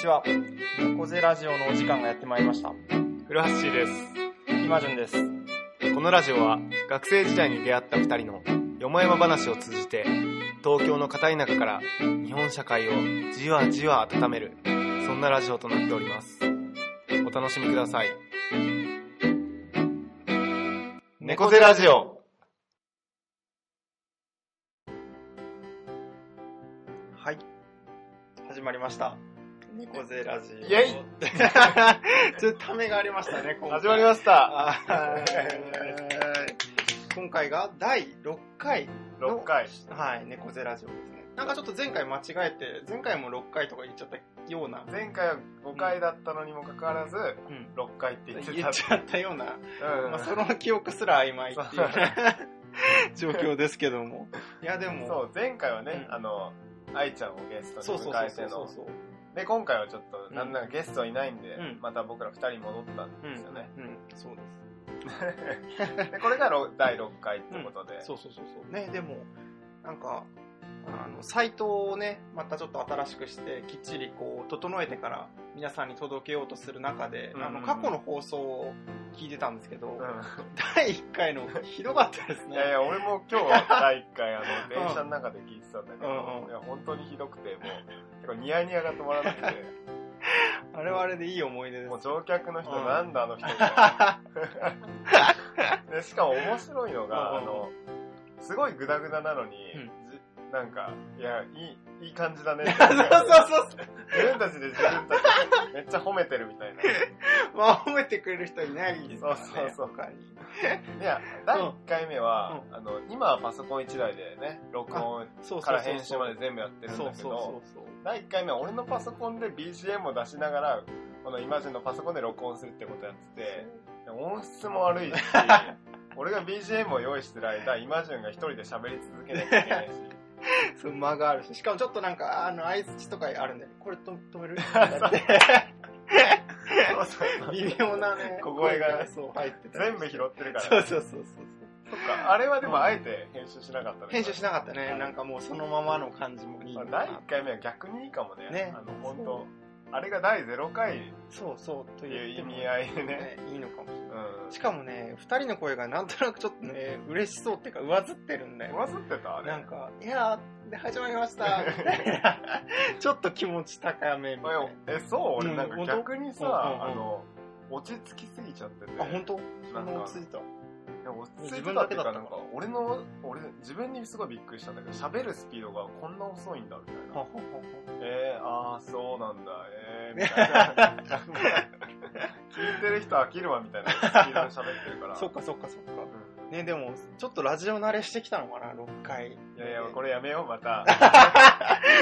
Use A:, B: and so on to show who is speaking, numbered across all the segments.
A: ちは。猫背ラジオのお時間がやってまいりました。
B: 古橋です。
A: 今順です。
B: このラジオは学生時代に出会った二人のよもやま話を通じて東京の片田舎から日本社会をじわじわ温めるそんなラジオとなっております。お楽しみください。猫背ラジオ
A: はい。始まりました。猫背ラジオ。
B: イェイ
A: ちょっとためがありましたね、今回。
B: 始まりました。
A: はーい今回が第6回、
B: 6回。
A: はい、猫背ラジオですね。なんかちょっと前回間違えて、前回も6回とか言っちゃったような、
B: 前回は5
A: 回
B: だったのにもかかわらず
A: うん、
B: 6回って
A: 言っちゃったような、まあ、その記憶すら曖昧っていう 状況ですけども。いや、で
C: そ
A: も、
C: う、前回はね、
A: うん
C: あの、愛ちゃんをゲスト
A: そう
C: に
A: そう
C: 迎
A: そ
C: え
A: う
C: て
A: そう
C: の。
A: そう。
C: で、今回はちょっと、
A: うん
C: なんならゲストいないんで、
A: うん
C: また僕ら二人戻ったんですよね。
A: うん、そうで
C: で、これがろ第6回ってことで。
A: す。そうそうそうそう。ね、でも、なんか、あの、サイトをね、またちょっと新しくして、きっちりこう、整えてから皆さんに届けようとする中で、
C: うんうんうん
A: あの、過去の放送を聞いてたんですけど、
C: う
A: 第1回のひどかったです
C: ん。
A: ね。
C: いやいや、俺も今日第1回、あの、電車の中で聞いてたんだけど、
A: うんうん
C: いや、本当にひどくて、もう、結構ニヤニヤが止まらなくて、
A: あれはあれでいい思い出です
C: もう。乗客の人、
A: うん
C: なんだあの人みたいなで、しかも面白いのが、
A: う
C: あ
A: ん
C: の、すごいグダグダなのに、
A: うん
C: じなんか、いや、いい、いい感じだねって。
A: そうそうそう
C: 自分たちで自分たちめっちゃ褒めてるみたい な。い
A: そう。まあ、褒めてくれる人いないですからね、
C: そうそうそう
A: 他に。
C: や、第1回目は、
A: う
C: あの、今はパソコン1台でね、録音
A: そうそうそうそう。
C: から編集まで全部やってるん
A: そう
C: だけ
A: そうそ
C: ど
A: う、そう。
C: 第1回目は俺のパソコンで BGM を出しながら、このイマジンのパソコンで録音するってことやってて、音質も 悪いし、俺が BGM を用意してる間、イマジンが一人で喋り続けなきゃいけ ないし、
A: そう、間があるし、しかもちょっとなんか、あの、相づちとかあるんで、これと止 める
C: そうそう
A: 微妙なね、
C: 小声がね
A: そう入ってたり
C: 全部拾ってるから、
A: そう
C: そ
A: そうそうそう。
C: っか、あれはでもあえて編集しなかったね。
A: 編集しなかったね、なんかもうそのままの感じもいい
C: ま
A: の
C: あ
A: か
C: 第
A: な
C: 1。回目は逆にいいかもね。
A: ね
C: あの、本当あれが第0回
A: そうそう、と
C: って
A: い
C: いうう意味合いでね。
A: ね、いいのかもしれな
C: う
A: い。しかもね、二人の声がなんとなくちょっとね、嬉しそうっていうか、上ずってるんだ
C: ん。
A: よ。
C: 上ずってたあれ。
A: なんか、いやー、で始まり ました。ちょっと気持ち高めみたいな。
C: え、そう俺なん
A: うん
C: か逆にさ、
A: うんうんうん
C: あの、落ち着きすぎちゃってて。
A: あ、本当
C: な
A: そ
C: ん
A: の
C: か
A: 落ち着いた。
C: いや落ち着
A: 自
C: いて
A: 分
C: た
A: だ
C: って
A: け
C: い
A: だ
C: う
A: っ
C: か、
A: た
C: なん
A: の
C: か、俺の、俺、自分にすごいびっくりしたんだけど、喋るスピードがこんな遅いんだ、みたい
A: は
C: な。
A: はは
C: えー、あー、そうなんだ、えー、みたい な。なんか聞いてる人飽きるわ、みたいなスピードで喋ってるか
A: は
C: ら。
A: そっかそっかそっか。
C: うん
A: ね、でも、ちょっとラジオ慣れしてきたのかな、6回。。
C: いやいや、これやめよう、また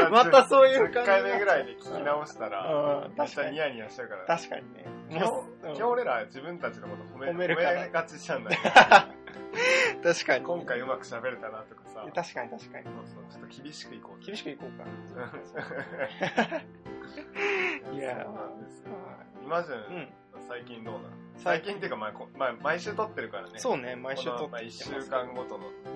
A: またそういう感
C: 10
A: じ
C: 回目ぐらいで聞き直したら、
A: うん、
C: めっ
A: 確
C: ちゃ
A: か
C: ニ
A: に。
C: ヤニヤしちゃうから。
A: 確かにね。
C: 今日
A: もう、う、
C: 今日俺ら自分たちのこと褒め
A: 褒めるから
C: 褒めがちしちゃうんだ け
A: ん確かに。
C: ど、今回うまく喋れたなとかさ、そう
A: 確かに確かに。
C: そう、ちょっと厳しくいこう。
A: 厳しくいこうか。い
C: い
A: やー
C: そうなんですよ。
A: は
C: 今じ
A: いうん。
C: 最近どうなの
A: 最
C: 最
A: 近
C: 近っていうか、まあこまあ、毎週撮ってるからね。
A: そうね、毎週
C: こ
A: 撮
C: の
A: っ
C: まあ
A: て
C: 一
A: き
C: 週
A: てます。
C: 間ごとの。
A: うんう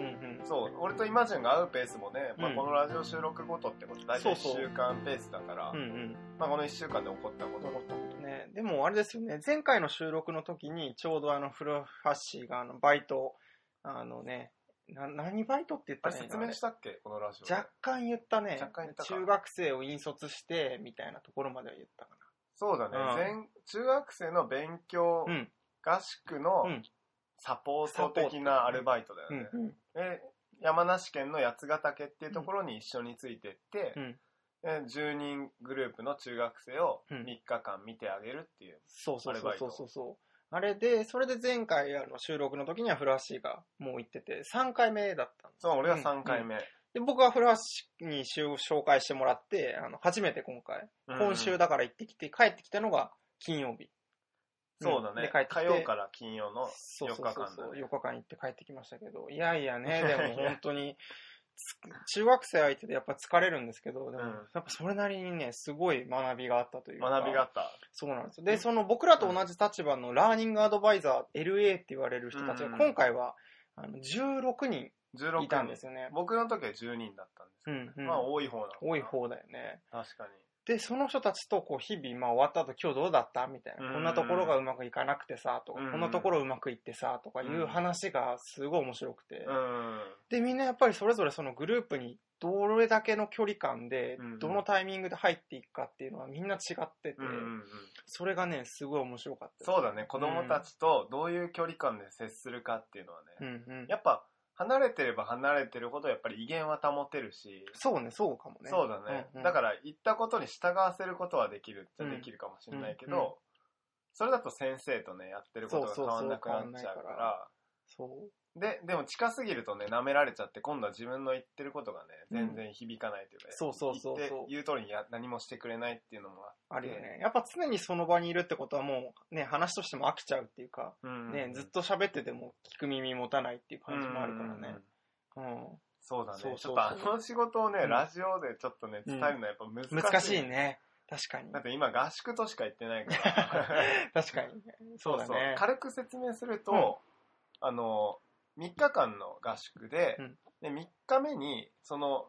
A: ん。
C: そう、俺と今じが会うペースもね、まあ、
A: うん
C: このラジオ収録ごとってこと、大体一週間ペースだから、
A: うんうん。
C: まあ、この一週間で起こったこと
A: 残ったことね。でも、あれですよね、前回の収録の時に、ちょうどあの、古橋があの、バイト、あのね、な、何バイトって言っ
C: あれ
A: たらいい
C: 説
A: のあ
C: 明
A: れ
C: したっけこのラジオで。
A: 若干言ったね。
C: 若干言ったか
A: 中学生を引率して、みたいなところまでは言ったか
C: そうだね、
A: うん
C: 全中学生の勉強
A: な。うん。
C: 合宿の
A: うん
C: サポート的なアルバイトだよ
A: う
C: ね。
A: んうん。
C: で山梨県の八ヶ岳っていうところに一緒についてって、
A: うん
C: で10人グループの中学生を
A: うん
C: 3日間見てあげるっていう。
A: そうそう
C: アル
A: そう
C: バイ
A: そ
C: ト
A: うそうそう。あれで、それで前回あの収録の時にはフラッシーがもう行ってて、3回目だったの
C: そう、俺は3回目。
A: で、僕はフラッシーにしゅ紹介してもらって、あの、初めて今回、
C: うん
A: 今週だから行ってきて、帰ってきたのが金曜日。
C: そうだ
A: んで
C: ね
A: 帰って。き
C: 火
A: て
C: 曜から金曜の。
A: そうそうそうそう
C: 4日間だね
A: 4日間行って帰ってきましたけど、いやいやね、でも本当に、つ中学生相手でやっぱ疲れるんですけど、でも
C: う
A: や
C: ん
A: っぱそれなりにね、すごい学びがあったというか。
C: 学びがあった。
A: そうなんですよ。で、その僕らと同じ立場のラーニングアドバイザー、LA って言われる人たちが、
C: うん
A: 今回は、あの、16人
C: 16
A: いたんで
C: 人。
A: すよね。
C: 僕の時は10人だったんです
A: う
C: け
A: ん、う
C: ど、
A: ん。
C: まあ多い方なのかな。
A: 多い方だよね。
C: 確かに。
A: で、その人たちとこう日々、まあ、終わった後今日どうだったみたいな、
C: うん
A: こんなところがうまくいかなくてさ、とか、
C: うん
A: こんなところうまくいってさ、とかいう話がすごい面白くて、
C: うん。
A: で、みんなやっぱりそれぞれそのグループにどれだけの距離感で
C: うん、
A: どのタイミングで入っていくかっていうのはみんな違ってて、
C: うんうんうん
A: それがね、すごい面白かった。
C: そうだね、子供たちとどういう距離感で接するかっていうのはね、
A: うんうん。
C: やっぱ離れてれば離れてるほどやっぱり威厳は保てるし、
A: そうね、そうかもね。
C: そうだね、
A: うんうん
C: だから言ったことに従わせることはできるっちゃできるかもしれないけど、
A: うんうん
C: それだと先生とねやってることが変わんなくなっちゃう
A: そうそうそう変わんない
C: か
A: からそう。
C: ででも近すぎるとね舐められちゃって今度は自分の言ってることがね全然響かないというか、
A: そうそうそう
C: 言って
A: そう
C: 言う通りにや何もしてくれないっていうのもあって
A: あるよね。やっぱ常にその場にいるってことはもうね、話としても飽きちゃうっていうか、
C: うん
A: ね、ずっと喋ってても聞く耳持たないっていう感じもあるから
C: うんうんう
A: ね
C: ん。
A: う
C: そうだね
A: そうそうそう
C: ちょっとあの仕事をね、
A: うん
C: ラジオでちょっとね伝えるのはやっぱ難しい,、
A: ん。難しいね。確かに
C: だ。って今合宿としか言ってないから
A: 確かに。そうだね。
C: 軽く説明すると、あの、3日間の合宿で、
A: うん
C: で3日目に、その、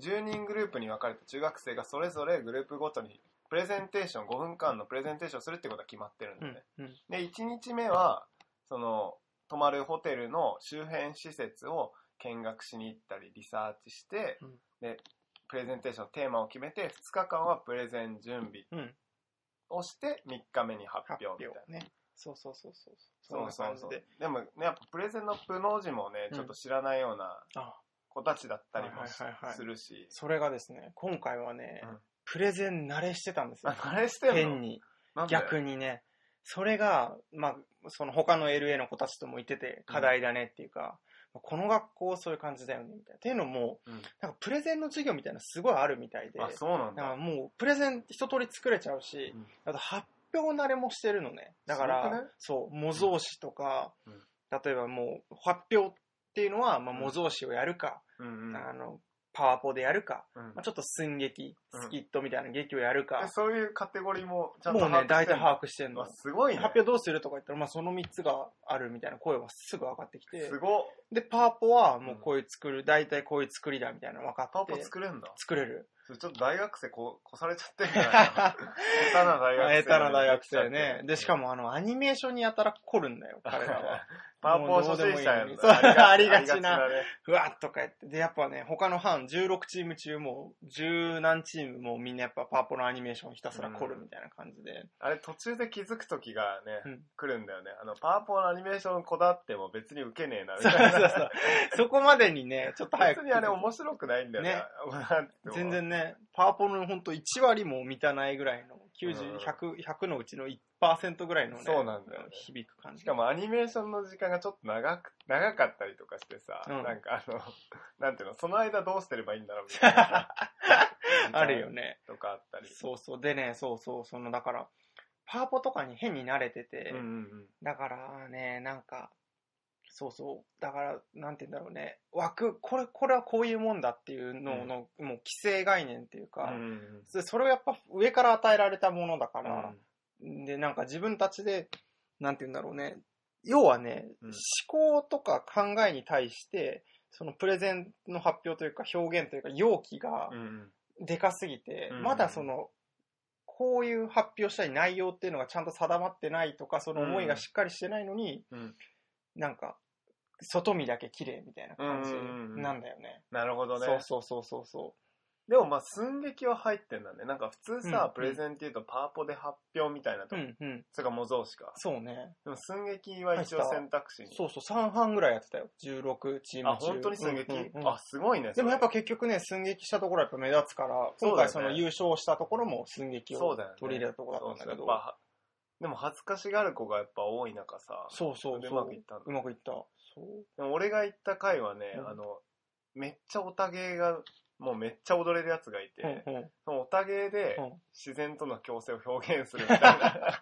C: 10人グループに分かれた中学生がそれぞれグループごとにプレゼンテーション、5分間のプレゼンテーションをするってことは決まってるん
A: う
C: だよ
A: ん
C: ね。。
A: うん。
C: で、1日目は、その、泊まるホテルの周辺施設を見学しに行ったり、リサーチして、
A: うん
C: で、プレゼンテーションのテーマを決めて、2日間はプレゼン準備
A: うん。
C: をして、3日目に発
A: 発
C: 表み
A: 表
C: たいな。
A: ね。そうそうそうそう。
C: そう
A: そん
C: そ
A: な
C: う
A: 感
C: そ
A: じ
C: う
A: で。。
C: でもね、やっぱプレゼンのプの字もね、
A: うん
C: ちょっと知らないような
A: あ、
C: 子たちだったりもし
A: はいはいはいはい
C: する し、
A: それがですね、今回はね
C: うん、
A: プレゼン慣れしてたんです
C: あ
A: よ。
C: 慣れしてんの
A: 変に。
C: なんで
A: 逆にね、それが、まあ、その他の LA の子たちとも言ってて、課題だねっていうか、この学校そういう感じだよね、みたいな。っていうのも、
C: うん
A: なんかプレゼンの授業みたいなのすごいあるみたいで、
C: あ、
A: だ
C: そうなん
A: から
C: だ。
A: もうプレゼン一通り作れちゃうし、
C: うん
A: あと発表慣れもしてるのね。だか
C: すごく
A: ら
C: ね、
A: そう、模造紙とか、
C: うん
A: 例えばもう発表っていうのは、まあ、
C: うん
A: 模造紙をやるか、
C: うんうん
A: あの、パワポでやるか、
C: うん
A: まあ、ちょっと寸劇、
C: うん
A: スキットみたいな劇をやる
C: え
A: か、
C: そういうカテゴリーもちゃんと
A: もうね、大体
C: 把
A: 把握してん
C: 握
A: の
C: あ。すごいね。
A: 発表どうするとか言ったら、まあ、その3つがあるみたいな声はすぐ上がってきて
C: す、ごっ。
A: で、パワポはもうこういう作る、大体こういう作りだみたいなの分か
C: パワ
A: っ
C: ポ
A: て、
C: 作れんだ。
A: 作れる。
C: それちょっと大学生こ越されちゃってんじゃない かな下手な大学生。
A: 下手な大学生ね。で、しか。もあの、アニメーションにやたら凝る んだよ、彼らは。
C: パワポ初心者や
A: も
C: ん
A: うどうでもいいそう
C: だ。
A: ありがちな
C: ありがちね
A: ふわっとかやって。で、やっぱね、他の班16チーム中も、十何チームもみんなやっぱパワポのアニメーションひたすら凝るみたいな感じで。
C: あれ途中で気づく時がね、
A: うん
C: 来るんだよね。あの、パワポのアニメーションこだわっても別に受けねえな、み
A: そう
C: たい
A: そう
C: な。
A: そう。そこまでにね、ちょっと早く。
C: 別にあれ面白くないんだよね。
A: ね
C: 笑っても
A: 全。然ね、パワポのほんと1割も満たないぐらいの、
C: うん
A: 90、100、100のうちの1%ぐらいのね、
C: そうなんだよね
A: 響く感じ。
C: しかもアニメーションの時間がちょっと長く、長かったりとかしてさ、
A: うん。
C: なんかあの、なんていうの、その間どうしてればいいんだろうみたいなさ
A: あるよ。ね。
C: とかあったり。
A: そうそう。でね、そうそう、その、だから、パワポとかに変に慣れてて、
C: うんうん
A: だからね、なんか、そうそう。だから、なんて言うんだろうね。枠、これ、これはこういうもんだっていうのの、もう規制概念っていう
C: うん。
A: か、
C: うんうん
A: でそれをやっぱ上から与えられたものだか
C: う
A: ら
C: ん、
A: で、なんか自分たちで、なんて言うんだろうね。要はね、
C: うん
A: 思考とか考えに対して、そのプレゼンの発表というか表現というか容器が
C: うんうん
A: でかすぎて、
C: うん
A: まだその、こういう発表したい内容っていうのがちゃんと定まってないとか、その思いがしっかりしてないのに、
C: うん
A: なんか、外見だけ綺麗みたいな感じ
C: うんうんうん
A: なんだよね。
C: なるほどね。
A: そうそうそうそうそ
C: でもまあ、寸劇は入ってんだね。なんか普通
A: うんう
C: さ
A: ん、
C: プレゼンっていうとパワポで発表みたいなと
A: う。う
C: こ、
A: んうん。
C: それか模造紙か。
A: そうね。
C: でも寸劇は一応選択肢に。
A: そうそう、3班ぐらいやってたよ。16チーム中。
C: あ、本当に寸劇、
A: うんうんうん
C: あ、すごいね。それ
A: でもやっぱ結局ね、寸劇したところはやっぱ目立つから、
C: そ
A: 今
C: うだよね
A: 回その優勝したところも寸劇
C: そ
A: を
C: うだよね
A: 取り入れたところだったんだ
C: そう
A: け
C: そう
A: ど
C: やっ。ぱでも恥ずかしがる子がやっぱ多い中さ、
A: そうそう
C: で
A: そう
C: うまくいったんだ
A: うまくいった。そう。
C: でも俺が行った回はね、
A: うん
C: あの、めっちゃオタゲーが、もうめっちゃ踊れるやつがいて、
A: うんうん
C: そのオタゲーで
A: うん
C: 自然との共生を表現するみたいな。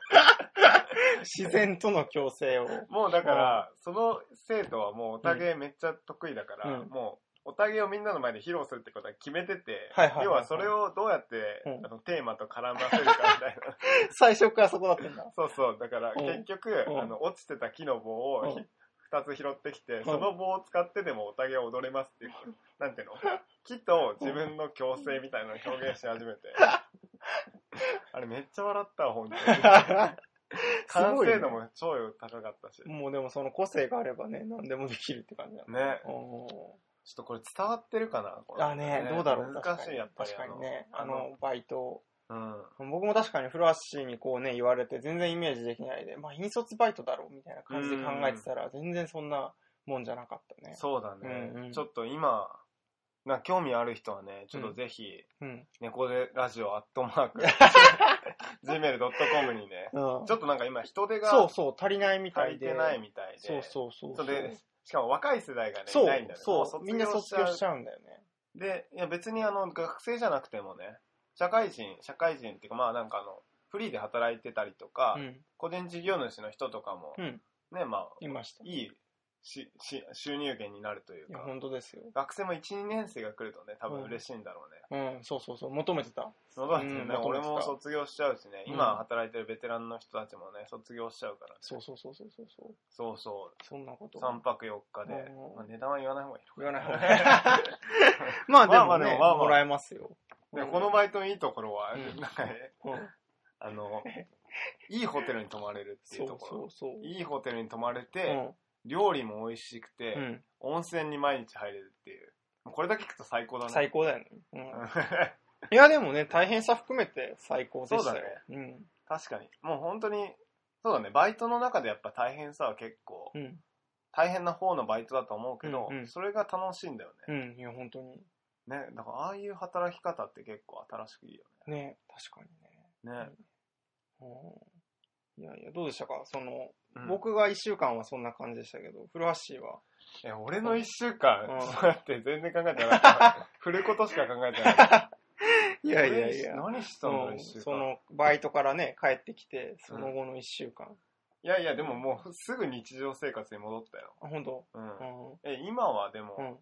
A: 自然との共生を。
C: もうだから、その生徒はもうオタゲーめっちゃ得意だから、
A: うん
C: もうオタゲーをみんなの前で披露するってことは決めてて、
A: はいはいはいはい
C: 要はそれをどうやって、
A: うん
C: あのテーマと絡ませるかみたい な。
A: 最初からそこだったんだ。
C: そうそう。だから、
A: うん
C: 結局、
A: うん
C: あの、落ちてた木の棒を
A: う
C: ひ、
A: ん
C: 二つ拾ってきて
A: ん、
C: その棒を使ってでもおたげを踊れます っていう、なんていうの木と自分の共生みたいなのを表現し始めて、あれめっちゃ笑ったわ、本当に。 完
A: ごいね
C: 成度も超高かったし。ね。
A: もうでもその個性があればね、何でもできるって感じだね。
C: ちょ
A: お
C: っとこれ伝わってるかなこ
A: ー
C: れ
A: あね、どうだろう。
C: 難しい、やっぱり。
A: 確かにね。
C: あ
A: あ
C: の
A: の、バイト。
C: うん。
A: 僕も確かにフラッシーにこうね、言われて全然イメージできないで、まあ、引率バイトだろうみたいな感じで考えてたら、全然そんなもんじゃなかったね。
C: そうだね、
A: うんうん
C: ちょっと今、なんか興味ある人はね、ちょっとぜひ、
A: うん。
C: 猫でラジオアットマー ク、gmail.com にね、
A: うん
C: ちょっとなんか今人手が
A: そう
C: 足
A: そう、足りないみたい
C: り
A: で。
C: てないみたいで、
A: そうそうそう。
C: それでしかも若い世代がね、
A: そ
C: いうないんだよね。も
A: そうう、みんな卒業しち
C: ゃう。
A: ゃうんだよね。
C: で、いや別にあの学生じゃなくてもね、社会人、社会人っていうかまあなんかあの、フリーで働いてたりとか、
A: うん。
C: 個人事業主の人とかも、
A: うん。
C: ね、まあ、
A: いました。い
C: いいしし収入源になるという
A: や、
C: か、
A: 本当ですよ。
C: 学生も1、2年生が来るとね、多分嬉しいんだろうね。
A: うん、そうそうそう、求めてた。
C: そうだね、
A: うん
C: なんか俺も
A: まとめて
C: 卒業しちゃうしね、
A: うん
C: 今働いてるベテランの人たちもね、卒業しちゃうから、ね、
A: そうそうそうそうそうそう。
C: そうそ
A: そんなこ
C: う、
A: と。
C: 3泊4日で、
A: うん
C: まあ、値段は言わない方がいい
A: 言わ ない
C: の
A: 方
C: か
A: がいいまあで
C: まあ
A: も
C: まあで
A: ね、
C: もまあまあ
A: もらえますよ。
C: でこのバイトのいいところは、
A: うん
C: なんかね、
A: うん
C: あ の、いいホテルに泊まれるってい
A: そうう
C: ところ。
A: そうそう。
C: いいホテルに泊まれ
A: う
C: て、
A: ん
C: 料理も美味しくて、
A: うん。
C: 温泉に毎日入れるっていう。もうこれだけ聞くと最高だね。
A: 最高だよね。うん
C: 確
A: いやでもね、大変さ含めて最高でしたよ。うん。
C: かに。もう本当に、そうだね、バイトの中でやっぱ大変さは結構、
A: うん。
C: 大変な方のバイトだと思うけど、
A: うんうん
C: それが楽しいんだよ
A: う
C: ね。
A: ん。いや、本当に。
C: ね、だからああいう働き方って結構新しくいいよ
A: ね、確かにね。
C: ね。ね、
A: うんいやいや、どうでしたかその、
C: うん
A: 僕が一週間はそんな感じでしたけど、古橋は。
C: え、俺の一週間、
A: うん
C: そうやって全然考えてなか った。振ることしか考えてなかった。
A: い
C: い
A: やいやいや。
C: 何したんだろ
A: う
C: う、
A: ん
C: 一週
A: そ
C: 間。
A: の、バイトからね、帰ってきて、その後の一週間。
C: いやいや、でももうすぐ日常生活に戻ったよ。
A: あ、本当。
C: うん。
A: うん。
C: え、今はでも、
A: う
C: い
A: ん。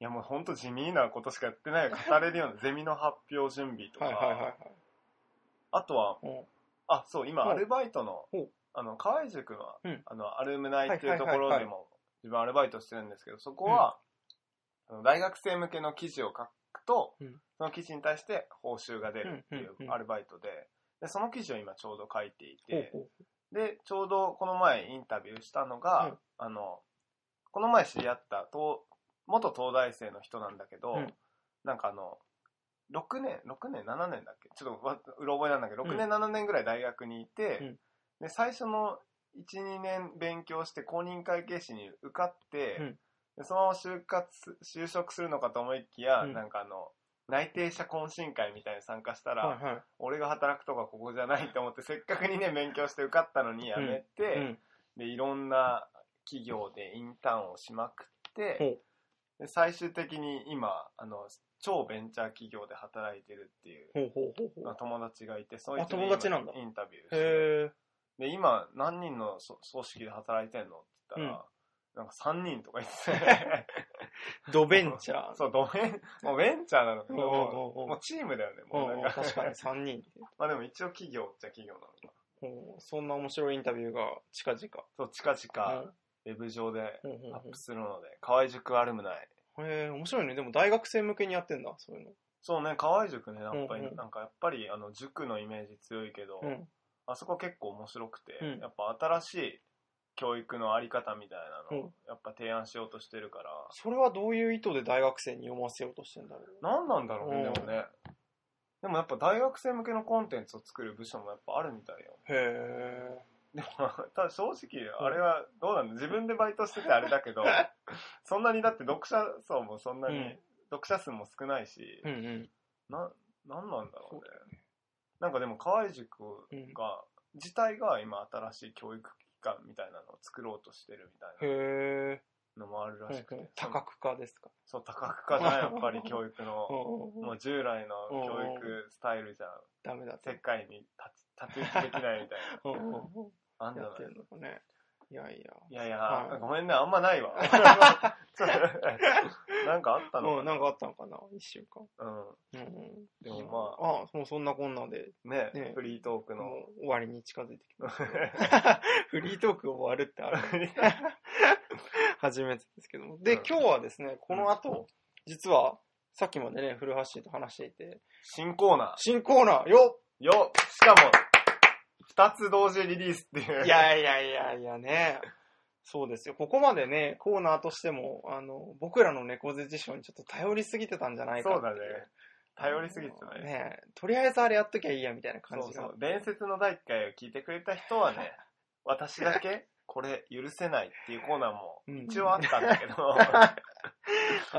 C: やもうほんと地味なことしかやってないよ。語れるような、ゼミの発表準備とか、
A: はいはいはいはい。
C: あとは、
A: うん
C: あ、そう、今、
A: ほう
C: アルバイトの
A: ほう、
C: あの、河合塾は、
A: うん
C: あの、アルムナイってい
A: は
C: う
A: い
C: と
A: はい
C: こ
A: は
C: ろ
A: い
C: でも、自分アルバイトしてるんですけど、そこは、あの大学生向けの記事を書くと、
A: うん
C: その記事に対して報酬が出るってい
A: んうんう
C: うんアルバイトで、で、その記事を今ちょうど書いてい
A: ほう
C: て、
A: ほう
C: で、ちょうどこの前インタビューしたのが、
A: うん
C: あの、この前知り合った、東元東大生の人なんだけど、
A: うん
C: なんかあの、6年、6年、7年だっけちょっとわうろ覚えなんだけど、6年、7年ぐらい大学にいて、
A: うん
C: で、最初の1、2年勉強して公認会計士に受かって、
A: うん
C: でそのまま就活、就職するのかと思いきや、
A: うん
C: なんかあの、内定者懇親会みたいに参加したら、
A: はいは
C: 俺が働くとかここじゃないと思って、せっかく2年勉強して受かったのにやめて、
A: い。うん。
C: で、いろんな企業でインターンをしまくって、
A: ほう
C: で最終的に今、あの、超ベンチャー企業で働いてるっていう、
A: ほうほうほうほ
C: まあ
A: う。
C: 友達がいて、そういう
A: あ友達なんだ
C: インタビューして
A: へえ。
C: で、今、何人のそ組織で働いてんのって言ったら、なんか3人とか言 って
A: ドベンチャー。
C: て、そう、ドメン、もうベンチャーなのけ
A: う
C: ど、
A: んうん
C: も
A: うんうん
C: うチームだよね、
A: う
C: もうんな
A: うんん
C: か。
A: 確かに3人って
C: まあでも一応企業っちゃ企業なのか。
A: ほうそんな面白いインタビューが近々。
C: そう、近々、
A: うん
C: ウェブ上で
A: ほうほう
C: アッ
A: ほ
C: プするので、河合塾アルムナイ。
A: うへえ、面白いね。でも大学生向けにやってんだ、そういうの。
C: そうね、河合塾ね、やっぱり、
A: うんうん
C: なんかやっぱり、あの、塾のイメージ強いけど、
A: うん。
C: あそこ結構面白くて、
A: うん
C: やっぱ新しい教育のあり方みたいなのを、
A: うん
C: やっぱ提案しようとしてるから、
A: それはどういう意図で大学生に読ませようとしてんだろう。
C: なんなんだろうね、
A: うん
C: でもね。でもやっぱ大学生向けのコンテンツを作る部署もやっぱあるみたいよ。
A: へえ。
C: でも、ただ正直、あれはどうなの自分でバイトしててあれだけ ど、そんなにだって読者層もそんなに、
A: うん
C: 読者数も少ないし、
A: うんうん。
C: な、なんなんだろう
A: そう
C: ね。なんかでも、河合塾が、自体が今新しい教育機関みたいなのを作ろうとしてるみたいな
A: へえ。
C: のもあるらしくて。
A: 多角化ですか。
C: そう、多角化じゃん、やっぱり教育
A: うん
C: の。
A: うん
C: も
A: うん
C: う従来の教育スタイルじゃん。
A: ダメだって
C: 世。界に立ち立ち打ちできないみたいな。
A: うんうんうん
C: あんじゃ
A: や
C: な
A: ってるのかね。いやいや。
C: いいやいや、
A: はい
C: ごめんね、あんま ないわ。ちょっとなんかあったの
A: うん、なんかあったのかな、一週間。
C: う
A: うんうん。
C: でもま
A: あ。あもうそんなこんなで、
C: ん。ね
A: ね
C: フリートークの。
A: もう終わりに近づいてきました フリートーク終わるってある初めてですけども。で、
C: うん
A: 今日はですね、この後、実は、さっきまでね、古橋と話していて、
C: 新コーナー。
A: 新コーナー、よっ
C: よ、しかも、二つ同時リリースっていう。
A: い、やいやいやいやね。そうですよ。ここまでね、コーナーとしても、あの、僕らの猫背辞書にちょっと頼りすぎてたんじゃないかってい
C: そうだね頼りすぎてたね。
A: ねえとりあえずあれやっときゃいいや、みたいな感
C: そ
A: じ
C: う
A: が。
C: そう。伝説の第一回を聞いてくれた人は ね、私だけ、これ許せないっていうコーナーも
A: うん
C: 一応あったんだけど、
A: あ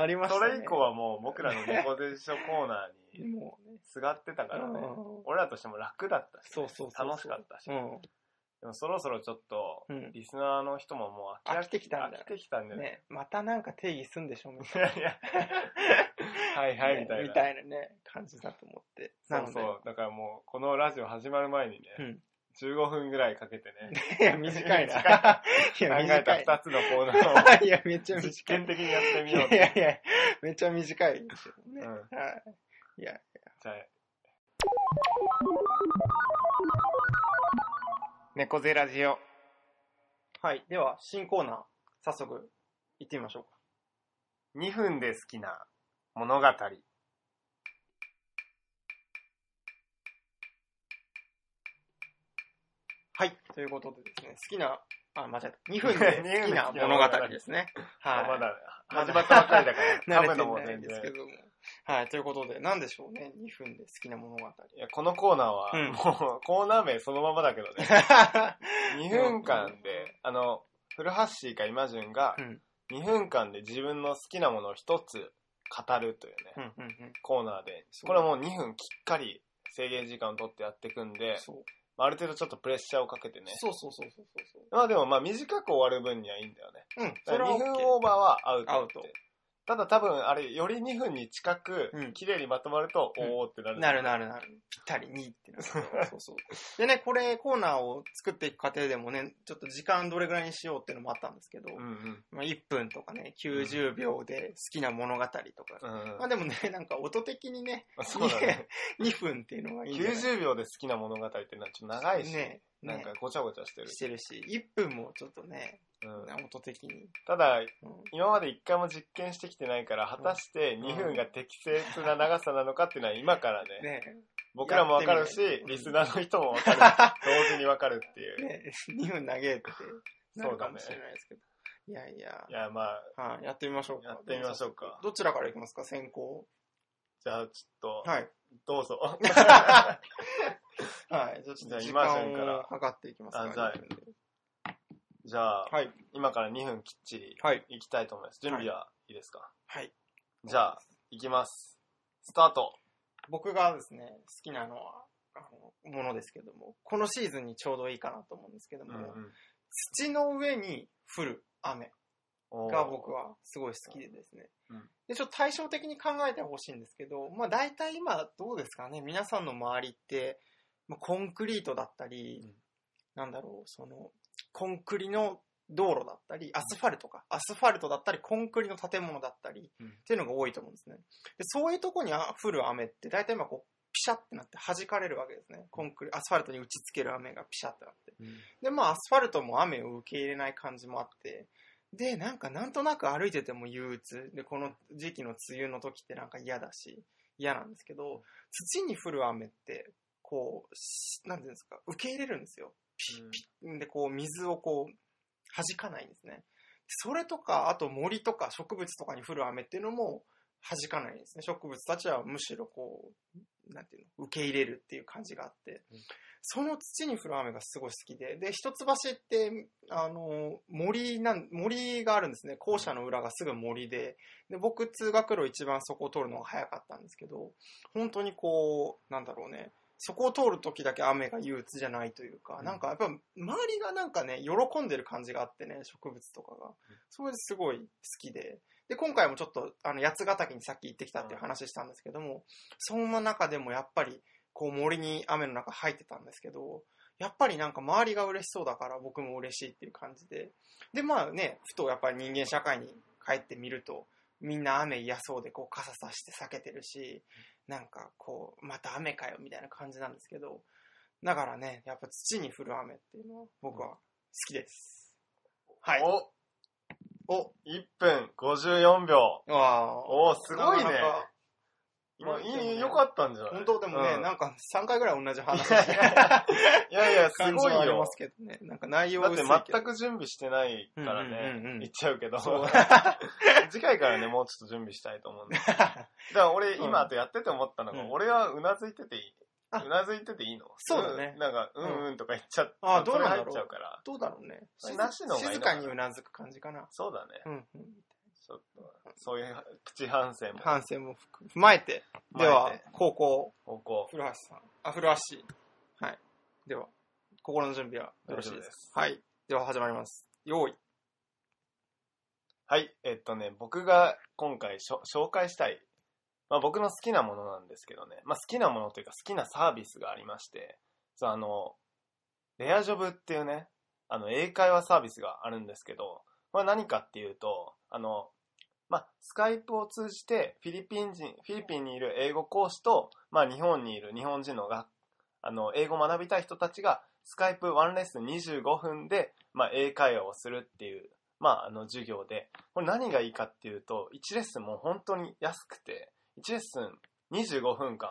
A: りまし
C: そ
A: たね。
C: れ以降はもう僕らの猫背書コーナーに
A: もうね、
C: すがってたからね
A: うん、
C: 俺らとしても楽だったし、
A: そうそうそうそう
C: 楽しかったし、
A: う
C: でもそろそろちょっと、
A: ん。うん。
C: リスナーの人ももう
A: 飽きてきたんだ
C: 飽きてきたんだよね。
A: ね、またなんか定義すんでしょ、みたい
C: いやい や、はい
A: な。
C: はい、みたいな。
A: ね、感じだと思って。
C: そうそ
A: なの
C: う。だからもう、このラジオ始まる前にね、
A: うん
C: 15分ぐらいかけてね、
A: で。いや、短いな。い
C: 短考
A: や、
C: えた
A: 短いな。
C: 2つのコーナー
A: いや、めっちゃ
C: を
A: 短い。
C: 実験的にやってみ
A: い
C: よう
A: や
C: っ
A: い
C: て。
A: やいや、めっちゃ短いですよね。
C: うん
A: はい。いや、
C: じゃあ。猫背ラジオ。
A: はい。では、新コーナー、早速、行ってみましょうか。
C: 2分で好きな物語。
A: はい。ということでですね、好きな、あ、間違えた。2 分で好きな物語ですね。はい。
C: まだ
A: はい
C: 始まったばっかりだから、 噛
A: 慣れ
C: む
A: て
C: のも
A: ない
C: 全
A: んですけ
C: 然。
A: ども。はい、ということで、なんでしょうね、2分で好きな物語。
C: いや、このコーナーは、
A: う
C: も
A: ん
C: う、コーナー名そのままだけど ね。2分間で、あの、古橋か今順が
A: うん、
C: 2分間で自分の好きなものを一つ語るというね、
A: うんうんうん。
C: コーナーで、
A: そ
C: こ
A: う
C: れはもう2分きっかり制限時間を取ってやっていくんで、
A: そう
C: まあある程度ちょっとプレッシャーをかけてね。
A: そうそうそうそうそう
C: まあでもまあ短く終わる分にはいいんだよね。
A: そう。うん、そ
C: だ
A: れ
C: から2
A: は
C: 分オーバーはアウト
A: ア
C: っ
A: ウ
C: て
A: ト
C: ただ多分あれ、より2分に近く
A: うん、
C: 綺麗にまとまると、
A: うん
C: おーってな
A: OK
C: る。
A: なるなるなる。ぴったり2ってなる。そうそう。でね、これコーナーを作っていく過程でもね、ちょっと時間どれぐらいにしようっていうのもあったんですけど、
C: うんうん。
A: まあ、1分とかね、90秒で好きな物語とか。
C: うん
A: まあでもね、なんか音的にね、
C: そうだ ね。
A: 2分っていうのがいいんじゃない
C: 90秒で好きな物語ってのはちょっと長いし、
A: ね
C: なんかごちゃごちゃしてる
A: し。てるし、1分もちょっとね、
C: うん
A: 音的に。
C: ただ、
A: うん
C: 今まで一回も実験してきてないから、果たして2分が適切な長さなのかっていうのは今からね、
A: ね
C: 僕らもわかるし
A: やって、みない
C: リスナーの人もわかる。 同時にわかるっていう。
A: ね、2分 投げってなるかもしれないですけど。いやいや
C: い、や、まあ、
A: はい、やってみましょうか。
C: やってみましょうか
A: どちらからいきますか、先行。
C: じゃあちょっと、
A: はい。
C: どうぞ。
A: はい、じゃあちょっ
C: じゃ
A: と
C: あ
A: 時
C: 今
A: 間
C: 順から
A: を測っていきますか
C: あじゃあ
A: 二分で
C: じゃあ、
A: はい、
C: 今から2分きっちり
A: はい、
C: いきたいと思います。準備はいいですか
A: はい。
C: じゃあ、いきます。スタート。
A: 僕がですね、好きなのは、あの、ものですけども、このシーズンにちょうどいいかなと思うんですけども、土の上に降る雨
C: おー
A: が僕はすごい好きでですね。
C: うん
A: で、ちょっと対照的に考えてほしいんですけど、まあ大体今どうですかね、皆さんの周りって、まあ、コンクリートだったり、
C: うん
A: なんだろう、その、コンクリの道路だったり、アスファルトか、アスファルトだったり、コンクリの建物だったり、
C: うん
A: っていうのが多いと思うんですね。で、そういうとこにあ降る雨って大体今こう、ピシャってなって弾かれるわけですね。コンクリ、アスファルトに打ちつける雨がピシャってなって。で、まあ、アスファルトも雨を受け入れない感じもあって、で、なんか、なんとなく歩いてても憂鬱。で、この時期の梅雨の時ってなんか嫌だし、嫌なんですけど、土に降る雨って、こうし、なんていうんですか、受け入れるんですよ。で、こう、水をこう、弾かないんですね。それとか、あと森とか植物とかに降る雨っていうのも弾かないんですね。植物たちはむしろこう、なんていうの、受け入れるっていう感じがあって
C: うん。
A: その土に降る雨がすごい好きで。で、一橋って、あの、森なん、森があるんですね。校舎の裏がすぐ森で。で、僕、通学路一番そこを通るのが早かったんですけど、本当にこう、なんだろうね。そこを通る時だけ雨が憂鬱じゃないというか、
C: うん
A: なんかやっぱ周りがなんかね、喜んでる感じがあってね、植物とかが。それですごい好きで。で、今回もちょっと、あの、八ヶ岳にさっき行ってきたっていう話したんですけども、そんな中でもやっぱり、こう森に雨の中入ってたんですけど、やっぱりなんか周りが嬉しそうだから僕も嬉しいっていう感じで。で、まあね、ふとやっぱり人間社会に帰ってみると、みんな雨嫌そうでこう傘さして避けてるし、なんかこう、また雨かよみたいな感じなんですけど、だからね、やっぱ土に降る雨っていうのは僕は好きです。はい。
C: お、お、1分54秒。
A: わあ
C: おー、すごいね。
A: なかなか
C: 今、
A: でもね
C: いい、良かったんじゃない
A: 本当でもね、
C: うん
A: なんか3回ぐらい同じ 話し
C: い
A: て
C: や いや、す
A: 感じ
C: ご
A: はいあり
C: よ
A: ま。すけどね。なんか内容
C: だって全
A: く。
C: く準備してないからね、
A: うんうんうんうん
C: 言っちゃうけど
A: そう、
C: 次回からね、もうちょっと準備したいと思うんだけどだから俺、
A: うん
C: 今あとやってて思ったのが、
A: うん
C: 俺はうなずいてていい。
A: あ
C: うなずいてていいの
A: そうだね
C: んなんか、うんうんとか言っちゃって、
A: あどうなんだろう
C: それ入っちゃうから。
A: どうだろうね。静
C: なしの方がいい
A: 静
C: のか
A: か
C: な
A: にうなずく感じかな。
C: そうだね。
A: うんうん。
C: ちょっと、そういうプチ反省も。
A: 反省も含踏まえて。で
C: 踏
A: は
C: まえて、
A: 高校、
C: ここ。
A: 古橋さん。あ、古橋。はい。では、心の準備はよろしい
C: 大丈夫
A: で
C: ですす
A: かはい。では始まります。用意。
C: はい、えっとね、僕が今回しょ紹介したい、まあ、僕の好きなものなんですけどね、まあ、好きなものというか好きなサービスがありまして、そうあの、レアジョブっていうね、あの、英会話サービスがあるんですけど、これ何かっていうと、あの、まあ、スカイプを通じてフィリピン人、フィリピンにいる英語講師と、まあ、日本にいる日本人のが、あの、英語を学びたい人たちが、スカイプワンレッスン25分で、まあ、英会話をするっていう、まあ、あの、授業で、これ何がいいかっていうと、1レッスンもう本当に安くて、1レッスン25分間、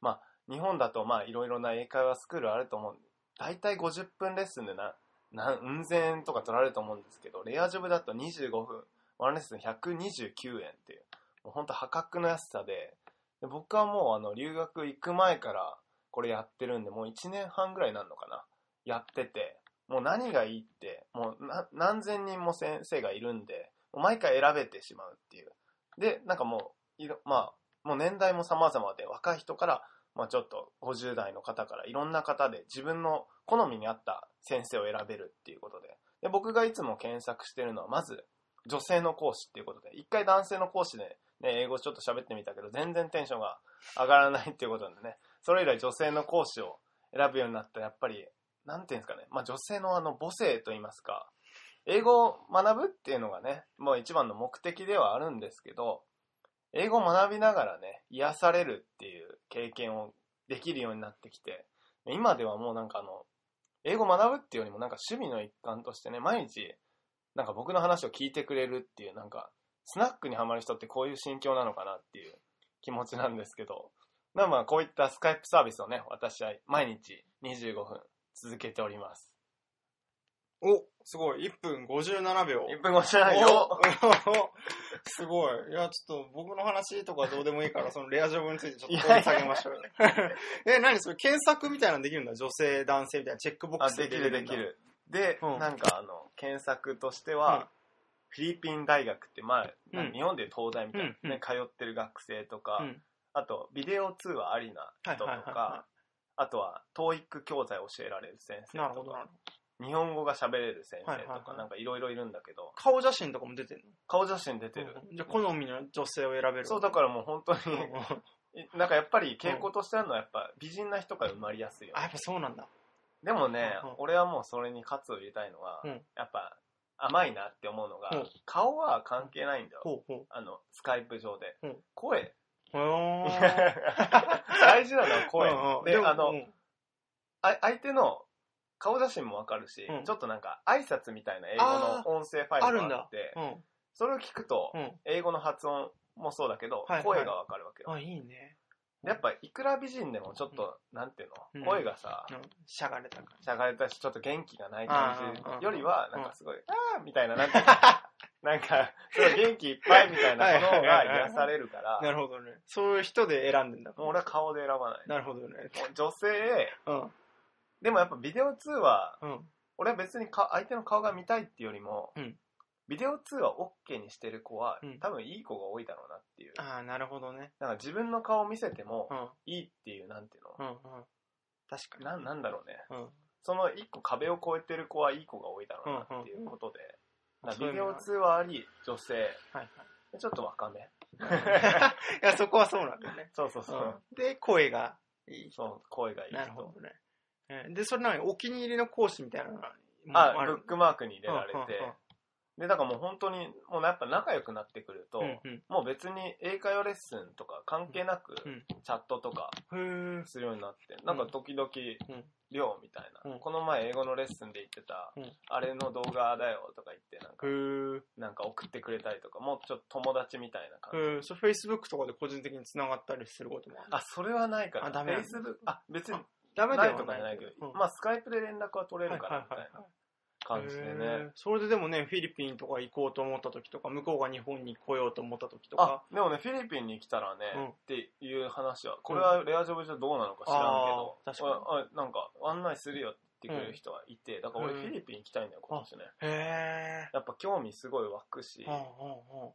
C: まあ、日本だとまあ、いろいろな英会話スクールあると思う。だいたい50分レッスンでな、なん、うん千円とか取られると思うんですけど、レアジョブだと25分、ワンレッスン129円っていう、もう本当破格の安さで、で僕はもうあの、留学行く前からこれやってるんで、もう1年半ぐらいになるのかな。やってて、もう何がいいって、もうな何千人も先生がいるんで、もう毎回選べてしまうっていう。で、なんかもう、いろ、まあ、もう年代も様々で、若い人から、まあちょっと50代の方からいろんな方で自分の好みに合った先生を選べるっていうことで。で、僕がいつも検索してるのは、まず、女性の講師っていうことで、一回男性の講師でね、英語ちょっと喋ってみたけど、全然テンションが上がらないっていうことでね、それ以来女性の講師を選ぶようになったら、やっぱり、なんていうんですかね、まあ女性のあの母性といいますか、英語を学ぶっていうのがね、もう一番の目的ではあるんですけど、英語を学びながらね、癒されるっていう経験をできるようになってきて、今ではもうなんかあの、英語を学ぶっていうよりもなんか趣味の一環としてね、毎日、なんか僕の話を聞いてくれるっていう、なんか、スナックにハマる人ってこういう心境なのかなっていう気持ちなんですけど、まあまあこういったスカイプサービスをね、私は毎日25分続けております。
A: お、すごい。1分57秒。
C: 1分後じゃないよ
A: お すごい。いや、ちょっと僕の話とかどうでもいいから、そのレアジョブについてちょっと掘り下げましょうよ。 え、何それ検索みたいなのできるんだ女性、男性みたいなチェックボッ
C: あ
A: クス
C: できるでき。るで、
A: うん
C: なんかあの検索としては、フィリピン大学ってまあ、
A: うん
C: 日本でいう東大みたいな、ね
A: うんうん
C: 通ってる学生とか、
A: うん
C: あとビデオ通話ありな人とか、
A: はいはいはいは
C: あとは TOEIC 教材を教えられる先生
A: なる
C: と
A: ほどな
C: か
A: るほど。
C: 日本語が喋れる先生とか、
A: はいはいはい
C: なんかいろいろいるんだけど
A: 顔写真とかも出てるの
C: 顔写真出てる、
A: うんじゃあ好みの女性を選べる。
C: そうだからもう本当に
A: うんうんあ、
C: なんかやっぱり傾向としてあるのはやっぱ美人な人が生まれやすいよね
A: やっぱそうなんだ。
C: でもね、
A: うんうん
C: 俺はもうそれに喝を入れたいのは、
A: うん
C: やっぱ甘いなって思うのが、
A: うん
C: 顔は関係ないんだよ。
A: ほ うほう。
C: あの、スカイプ上で。
A: うん
C: 声。
A: へー
C: 大事なのは声。
A: うんうん
C: で、
A: でも
C: あの、
A: うん
C: あ相手の顔写真もわかるし、
A: うん
C: ちょっとなんか挨拶みたいな英語の音声ファイルがあ
A: あるんだ
C: って、
A: うん。
C: それを聞くと、
A: うん。
C: 英語の発音もそうだけど、
A: はいはい
C: 声がわかるわけよ。
A: あ、いいね。
C: でやっぱいくら美人でもちょっと、なんていうの、
A: うん
C: 声がさ、
A: うん。しゃがれた感
C: しゃがれたし、ちょっと元気がない感
A: あ
C: じ
A: ー
C: よりは、
A: う
C: なんんかすごい、あーみたいな、なん か、なんか、すごい元気いっぱいみたいなものが癒されるから
A: じ。、なるほどね。そういう人で選んでんだ。
C: もう俺は顔で選ばない。
A: なるほどね。
C: もう女性、
A: うん。
C: でもやっぱビデオ通話、
A: うん。
C: 俺は別にか相手の顔が見たいっていうよりも
A: うん、
C: ビデオ通話 OK にしてる子は
A: うん、
C: 多分いい子が多いだろうなっていう。
A: ああ、なるほどね。
C: なんか自分の顔を見せても
A: うん。
C: いいっていう、なんていう
A: う
C: の
A: んうん。確かに。
C: なんなんだろうね。
A: うん。
C: その一個壁を越えてる子はいい子が多いだろうなっていうことで、だからビデオ
A: そう
C: 通話あり、女性、
A: はい
C: ちょっと若め。
A: はい。 いや、そこはそうなんだよね。
C: そうそうそう。
A: うん、で、声がいい人。
C: そう、声がいい人。
A: なるほどね。えーで、それなのにお気に入りの講師みたいなのも
C: あ、
A: あ
C: ブ
A: る
C: ックマークに入れられて、
A: うんうんうん
C: で、だからもう本当に、もうやっぱ仲良くなってくると、
A: うんうん
C: もう別に英会話レッスンとか関係なく、
A: うん
C: チャットとか
A: へえ。
C: するようになって、なんか時々、
A: ん
C: 寮みたいな、
A: うん
C: この前英語のレッスンで言ってた、
A: うん
C: あれの動画だよとか言って、なんか、
A: へえ。
C: なんか送ってくれたりとか、もうちょっと友達みたいな感じ。
A: へえ。それ Facebook とかで個人的に繋がったりすることもある。
C: あ、それはないから。
A: あダメ
C: Facebook、あ、別に、
A: ダ
C: ないとかじゃないけど、
A: うん
C: まあ、スカイプで連絡は取れるから、みたいな感じで
A: へ
C: ね
A: ー。それででもね、フィリピンとか行こうと思った時とか、向こうが日本に来ようと思った時と
C: あ
A: か、、
C: でもね、フィリピンに来たらね、
A: うん
C: っていう話は、これはレアジョブじゃどうなのか知らんけど、
A: あー確
C: ああなんか案内するよって言ってくれる人はいて、だから俺
A: うん
C: フィリピン行きたいんだよ、今年ね。
A: へ
C: やっぱ興味すごい湧くし
A: ぇ、ー。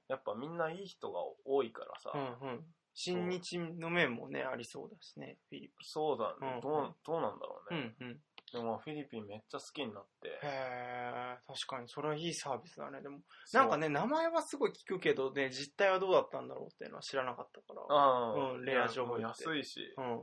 C: やっぱみんないい人が多いからさ、
A: うんうんうん。新日の面もね、ありそうだしね、フィリ
C: そうだね、
A: うん
C: どう、どうなんだろう
A: ピン。う
C: ね。
A: んうん。
C: でもフィリピンめっちゃ好きになって、
A: へー、確かに、それはいいサービスだね。でも、
C: そう
A: なんか、ね、名前はすごい聞くけどね、実態はどうだったんだろうっていうのは知らなかったから。
C: ああ
A: うんレアジョブって
C: いやもう安いし、
A: うん。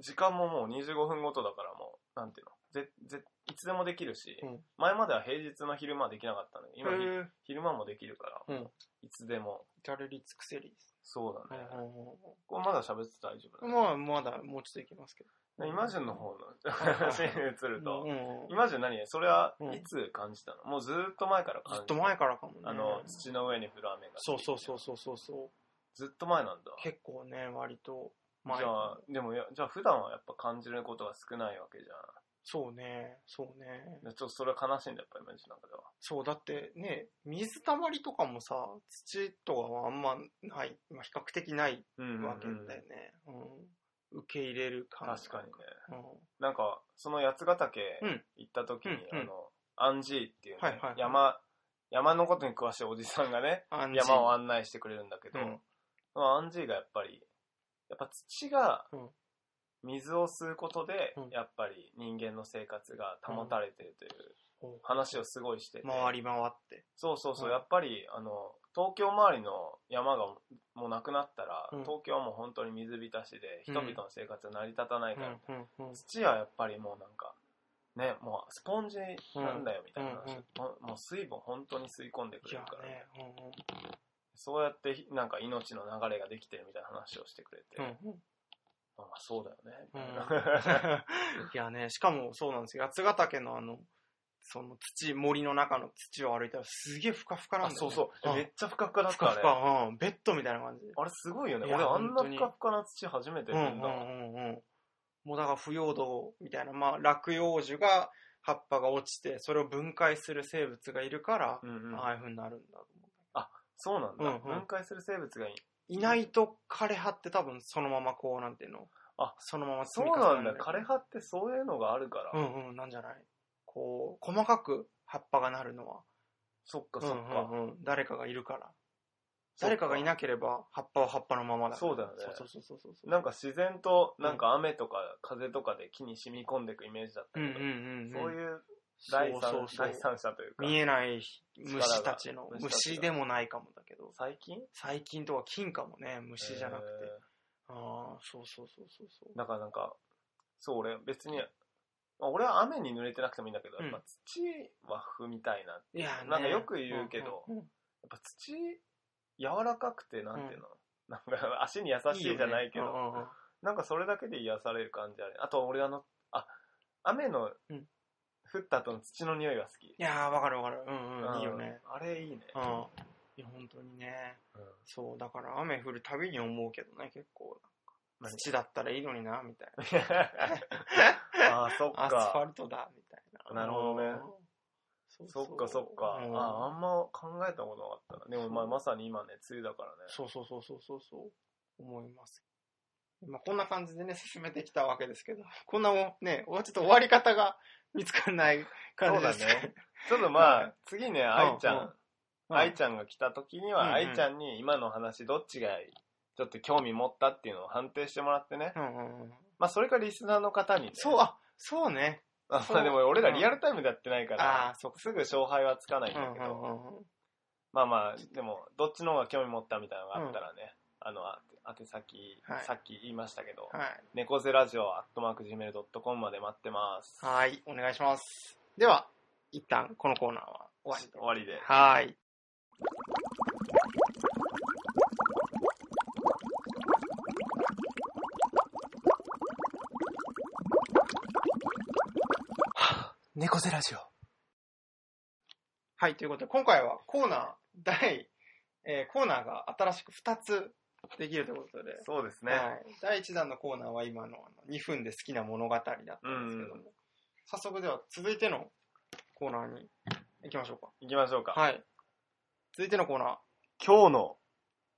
C: 時間ももう25分ごとだからもう、なんていうの、ぜ、ぜ、いつでもできるし、
A: うん
C: 前までは平日の昼間はできなかったのに、今
A: へー、
C: 昼間もできるから、
A: うん
C: いつでも。
A: 至れり尽くせりです。
C: そうだね。
A: うんうんうん
C: これまだ喋って大丈夫だ
A: うん
C: ね。
A: まあ、まだもうちょっといきますけど。
C: イマジンの方の 話に移る
A: うん
C: と、
A: うんうん
C: イマジン何それは
A: うん
C: いつ感じたの、もうずーっと前から感じ
A: ずったと前からかもね。
C: あの、土の上に降る雨が。
A: そうそうそう。そうそうそ
C: ずっと前なんだ
A: う。。結構ね、割と前。
C: じゃあ、でもや、じゃあ普段はやっぱ感じることが少ないわけじゃ
A: そうね、そうね。
C: ん。ちょっとそれは悲しいんだ、やっぱイマジンの中では。
A: そう、だってね、水たまりとかもさ、土とかはあんまない、まあ、比較的ない
C: うん
A: わけだよね。うん受け入れる感じ。
C: 確かにね。
A: うん。
C: なんか、その八ヶ岳
A: うん
C: 行った時に、
A: うんう
C: あ
A: ん
C: の、アンジーっていうね、
A: はいはいはい
C: 山、山のことに詳しいおじさんがね、
A: 安心
C: 山を案内してくれるんだけど、
A: うん
C: まあアンジーがやっぱり、やっぱ土が
A: うん
C: 水を吸うことで、
A: うん
C: やっぱり人間の生活が保たれてるという
A: ほう
C: 話をすごいしてて、
A: 回り回って。
C: そうそうそう、
A: うん
C: やっぱり、あの、東京周りの山がもうなくなったら、
A: うん
C: 東京はもう本当に水浸しで、人々の生活が成り立たないから、
A: うんうんうん
C: 土はやっぱりもうなんか、ね、もうスポンジなんだよみたいな話、もうもう水分本当に吸い込んでく
A: い
C: れ
A: や
C: るから、ね
A: ね、うんうん
C: そうやってなんか命の流れができてるみたいな話をしてくれて、
A: うんうん
C: まあまあそうだよね、みたいな
A: いやね、しかもそうなんですよ。八ヶ岳のあの、その土、森の中の土を歩いたらすげえふかふかなん
C: あ
A: だよ、ね。
C: そうそう、
A: ん
C: めっちゃふかふかだっ
A: ふか
C: たあ
A: ふ
C: れ。
A: か、うん。ベッドみたいな感じ。
C: あれすごいよね。
A: いや
C: 俺あんな
A: 本当に
C: ふかふかな土初めて
A: うんう
C: 見
A: ん
C: んだわ。
A: うんうん。もうだから腐葉土みたいな、まあ落葉樹が葉っぱが落ちて、それを分解する生物がいるから、
C: うんうん
A: ああいう風になるんだと思
C: そうなんだ、
A: うんうん
C: 分解する生物がいい。
A: う。いないと枯れ葉って多分そのままこう、なんていうの
C: あ
A: そのまま
C: そうなんだ。
A: 枯
C: 枯葉ってそういうのがあるから。
A: うんうん、なんじゃないこう、細かく葉っぱがなるのは。
C: そっかそっか。
A: うんうんうん誰かがいるから。誰かがいなければ、葉っぱは葉っぱのままだか
C: そ
A: ら。
C: うだよね
A: そうそうそうそうそう。
C: なんか自然と、なんか雨とか風とかで木に染み込んでいくイメージだった
A: う
C: け
A: ん
C: ど、
A: うんうんん。
C: そういう第三
A: そうそうそう
C: 第三者というか、
A: 見えない虫たちの
C: 力、が
A: 虫でもないかもだけど、
C: 最近
A: 細菌とか菌かもね、虫じゃなくて。
C: え
A: ああ、そうそうそうそうそう
C: ー。だからなんか、そう、俺別に、まあ、俺は雨に濡れてなくてもいいんだけど、
A: うん
C: やっぱ土は踏みたいな。や
A: いやーね
C: なんかよく言うけど
A: うんうんうん
C: っぱ土、柔らかくて、なんていうの、なんか足に優しいじゃないけど、
A: よねうんうんうん
C: なんかそれだけで癒される感じある。あと俺あの、あ、雨の
A: うん
C: 降った後の土の匂いが好き。
A: いやー、わかるわかる。うん
C: う
A: うんん、いいよね。。
C: あれいいね。
A: うん。いや、本当にね。
C: うん
A: そう、だから雨降るたびに思うけどね、結構。
C: 何
A: 土だったらいいのにな、みたいな。
C: ああ、そっ
A: アスファ
C: か。
A: ルトだ、みたいな。
C: なるほどね
A: うん。う
C: そっかそっか。
A: うん
C: ああんま考えたことなかったな。でもまあまさに今ね、梅雨だからね。
A: そうそうそうそうそうそう、思います。まあ、こんな感じでね、進めてきたわけですけど、こんなもんね、おちょっと終わり方が見つからない感じです
C: そうだね。ちょっとまあ、次ね、愛ちゃ
A: うんうん
C: ん、
A: うん
C: 愛ちゃんが来た時に
A: うんう
C: は、
A: ん
C: 愛ちゃんに今の話どっちがちょっと興味持ったっていうのを判定してもらってね
A: う。んうんうん。
C: まあそれかリスナーの方にね。
A: そう、あ、そうね。
C: あ
A: そう
C: でも俺らリアルタイムでやってないから、
A: ああ、そっか。
C: すぐ勝敗はつかないん
A: うんう
C: だ
A: ん
C: け
A: う
C: ど、
A: んうん。
C: まあまあ、でも、どっちの方が興味持ったみたいなのがあったらね、あの、あ宛先、
A: はい
C: さっき言いましたけど、
A: はい。
C: 猫背ラジオアットマーク Gmail.com まで待ってます。
A: はい、お願いします。では、一旦このコーナーは終わり
C: 終わりで。
A: はーい。
B: 猫背ラジオ。
A: はい、ということで、今回はコーナー、第、えーコーナーが新しく2つできるということで、
C: そうです
A: は
C: ね。
A: い、第1弾のコーナーは今のあの2分で好きな物語だったんですけども、
C: うん
A: 早速では続いてのコーナーに行きましょう
C: 行きましょう
A: か。
C: か。
A: はい。続いてのコーナー、
C: 今日の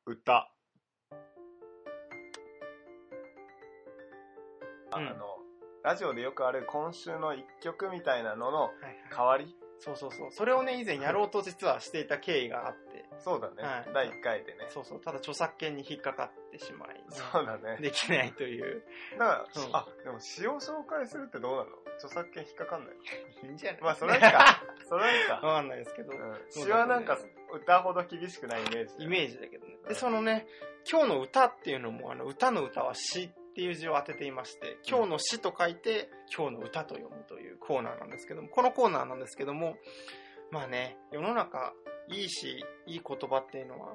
C: 歌。あ
A: うん
C: の、ラジオでよくある今週の一曲みたいなのの
A: はいはい
C: 代わり
A: そうそうそう。それをね、以前やろうと実はしていた経緯があって、
C: そうだね。
A: はい
C: 第1回でね。
A: そうそう、ただ著作権に引っかかってしまい、
C: そうだね。
A: できないという。
C: だから、
A: そう
C: あ、でも詩を紹介するってどうなの著作権引っかかんない。
A: いいんじゃない
C: まあそれはいい か。それはいいか。
A: わかんないですけど、
C: う
A: そ
C: ん、
A: うだね
C: 詩はなんか歌ほど厳しくないイメージだよ。
A: イメージだけどね。で、そのね、今日の歌っていうのも、あの、歌の歌は詩っていう字を当てていまして、今日の詩と書いて、今日の歌と読むというコーナーなんですけども、このコーナーなんですけども、まあね、世の中、いい詩、いい言葉っていうのは、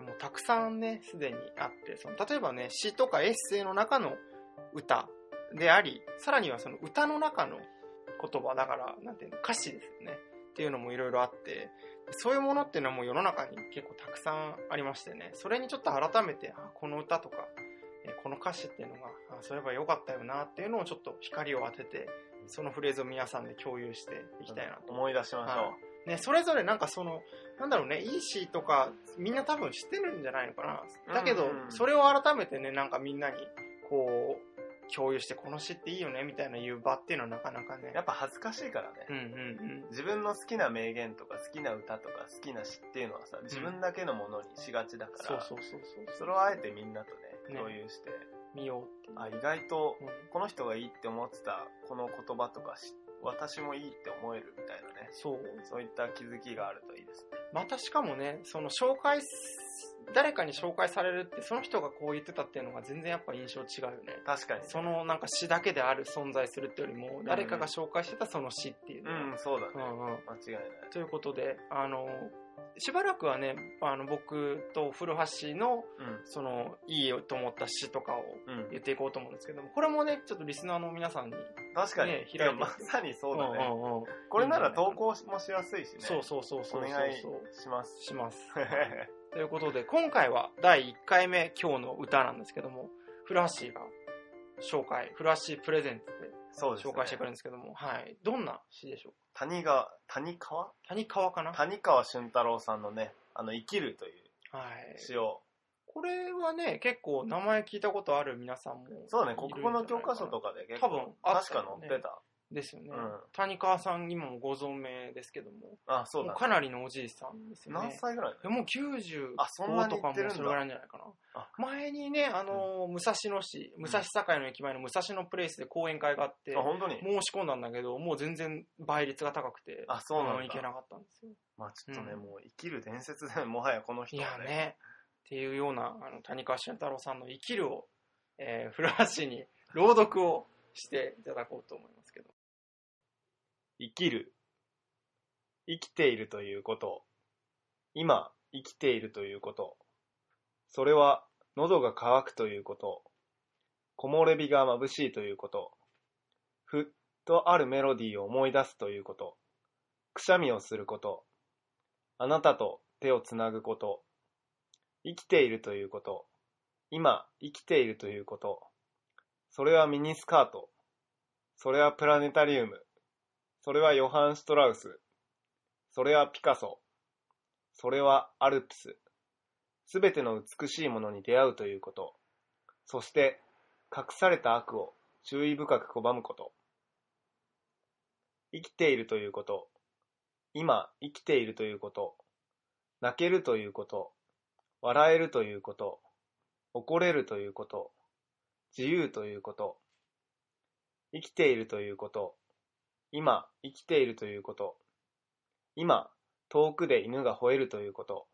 A: もうたくさんね、すでにあって、その、例えばね、詩とかエッセイの中の歌であり、さらにはその歌の中の言葉だから、なんていうの、歌詞ですよね。っていうのもいろいろあって、そういうものっていうのはもう世の中に結構たくさんありましてね、それにちょっと改めて、あこの歌とか、えーこの歌詞っていうのが、あそういえば良かったよなっていうのをちょっと光を当てて、そのフレーズを皆さんで共有していきたいなと
C: 思い出しましょう。
A: はいね、それぞれなんかその、なんだろうね、いい詩とか、みんな多分知ってるんじゃないのかな。だけど
C: うんうんう、ん
A: それを改めてね、なんかみんなに、こう、共有して、この詩っていいよね、みたいな言う場っていうのはなかなかね
C: や。っぱ恥ずかしいからね。
A: うんうん
C: 自分の好きな名言とか好きな歌とか好きな詩っていうのはさ、自分だけのものにしがちだから、
A: そうそうそうそう。
C: それをあえてみんなと
A: ね
C: ね、共有して、
A: 見ようっていう。
C: あ、意外と
A: うん
C: この人がいいって思ってたこの言葉とか詩、私もいいって思えるみたいなね。
A: そう。
C: そういった気づきがあるといいですね。
A: またしかもね、その紹介す、誰かに紹介されるって、その人がこう言ってたっていうのが全然やっぱ印象違うよね。
C: 確かに。
A: そのなんか詩だけである存在するってよりも、誰かが紹介してたその詩っていうの
C: う
A: が
C: ん、そうだね。
A: うんうん。
C: 間違いない。
A: ということで、あの、しばらくはね、あの、僕と古橋の、その、いいと思った詩とかを
C: うん。うん。
A: 言っていこうと思うんですけども、これもね、ちょっとリスナーの皆さんに。
C: 確かに。
A: ね
C: い
A: 開
C: や、
A: いて
C: まさにそうだね。
A: んうんうん
C: これなら投稿もしやすいしね。
A: そうそうそうそうそう
C: お願いします。
A: します。
C: は
A: ということで、今回は第1回目、今日の歌なんですけども、古橋が紹介、古橋プレゼンツ
C: そうです、
A: で
C: ね。
A: 紹介してくれるんですけども、はい。どんな詩でしょう
C: 谷川、谷川
A: 谷川かなは
C: 谷川俊太郎さんのね、あの、生きるという
A: い。
C: 詩を、
A: これはね、結構名前聞いたことある皆さんもいるんじゃ
C: そう
A: な
C: ね
A: い、かな。
C: 国語の教科書とかで結構、
A: 多分あっ
C: 確
A: たよ
C: か
A: ね
C: 載ってた。
A: ですよね、
C: うん
A: 谷川さん、今もご存命ですけども、
C: あ、そう
A: も
C: だ
A: う
C: ね、
A: かなりのおじいさんですよ
C: 何
A: ね。
C: 歳ぐらいなの
A: でもう90
C: あそんなに
A: と
C: 言っ
A: かも
C: てるんだ
A: それぐらいじゃないかな
C: あ。
A: 前にね、あのー武蔵野市、武蔵境の駅前の武蔵野プレイスで講演会があって、
C: あ、本当に
A: 申し込んだんだけど、もう全然倍率が高くて、
C: あ、そうな
A: あの
C: ん
A: 行け
C: だ。
A: なかったんですよ。
C: まあちょっとね、
A: うん
C: もう生きる伝説だよ、もはやこの人
A: い
C: は
A: や。ね、っていうような、あの、谷川俊太郎さんの生きるを、えー、古橋に朗読をしていただこうと思いますけど。
C: 生きる。生きているということ。今、生きているということ。それは、喉が渇くということ。木漏れ日が眩しいということ。ふっとあるメロディーを思い出すということ。くしゃみをすること。あなたと手をつなぐこと。生きているということ。今、生きているということ。それはミニスカート。それはプラネタリウム。それはヨハン・ストラウス。それはピカソ。それはアルプス。すべての美しいものに出会うということ。そして、隠された悪を注意深く拒むこと。生きているということ。今、生きているということ。泣けるということ。笑えるということ。怒れるということ。自由ということ。生きているということ。今、生きているということ。今、遠くで犬が吠えるということ。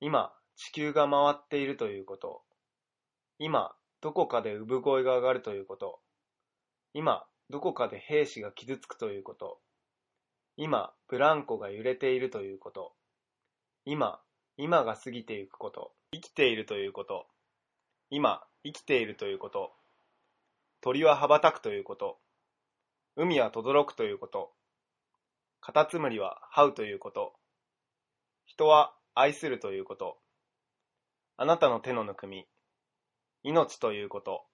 C: 今、地球が回っているということ。今、どこかで産声が上がるということ。今、どこかで兵士が傷つくということ。
B: 今、ブランコが揺れているということ。今、今が過ぎていくこと。生きているということ。今、生きているということ。鳥は羽ばたくということ。海はとどろくということ。カタツムリは這うということ。人は愛するということ。あなたの手のぬくみ。命ということ。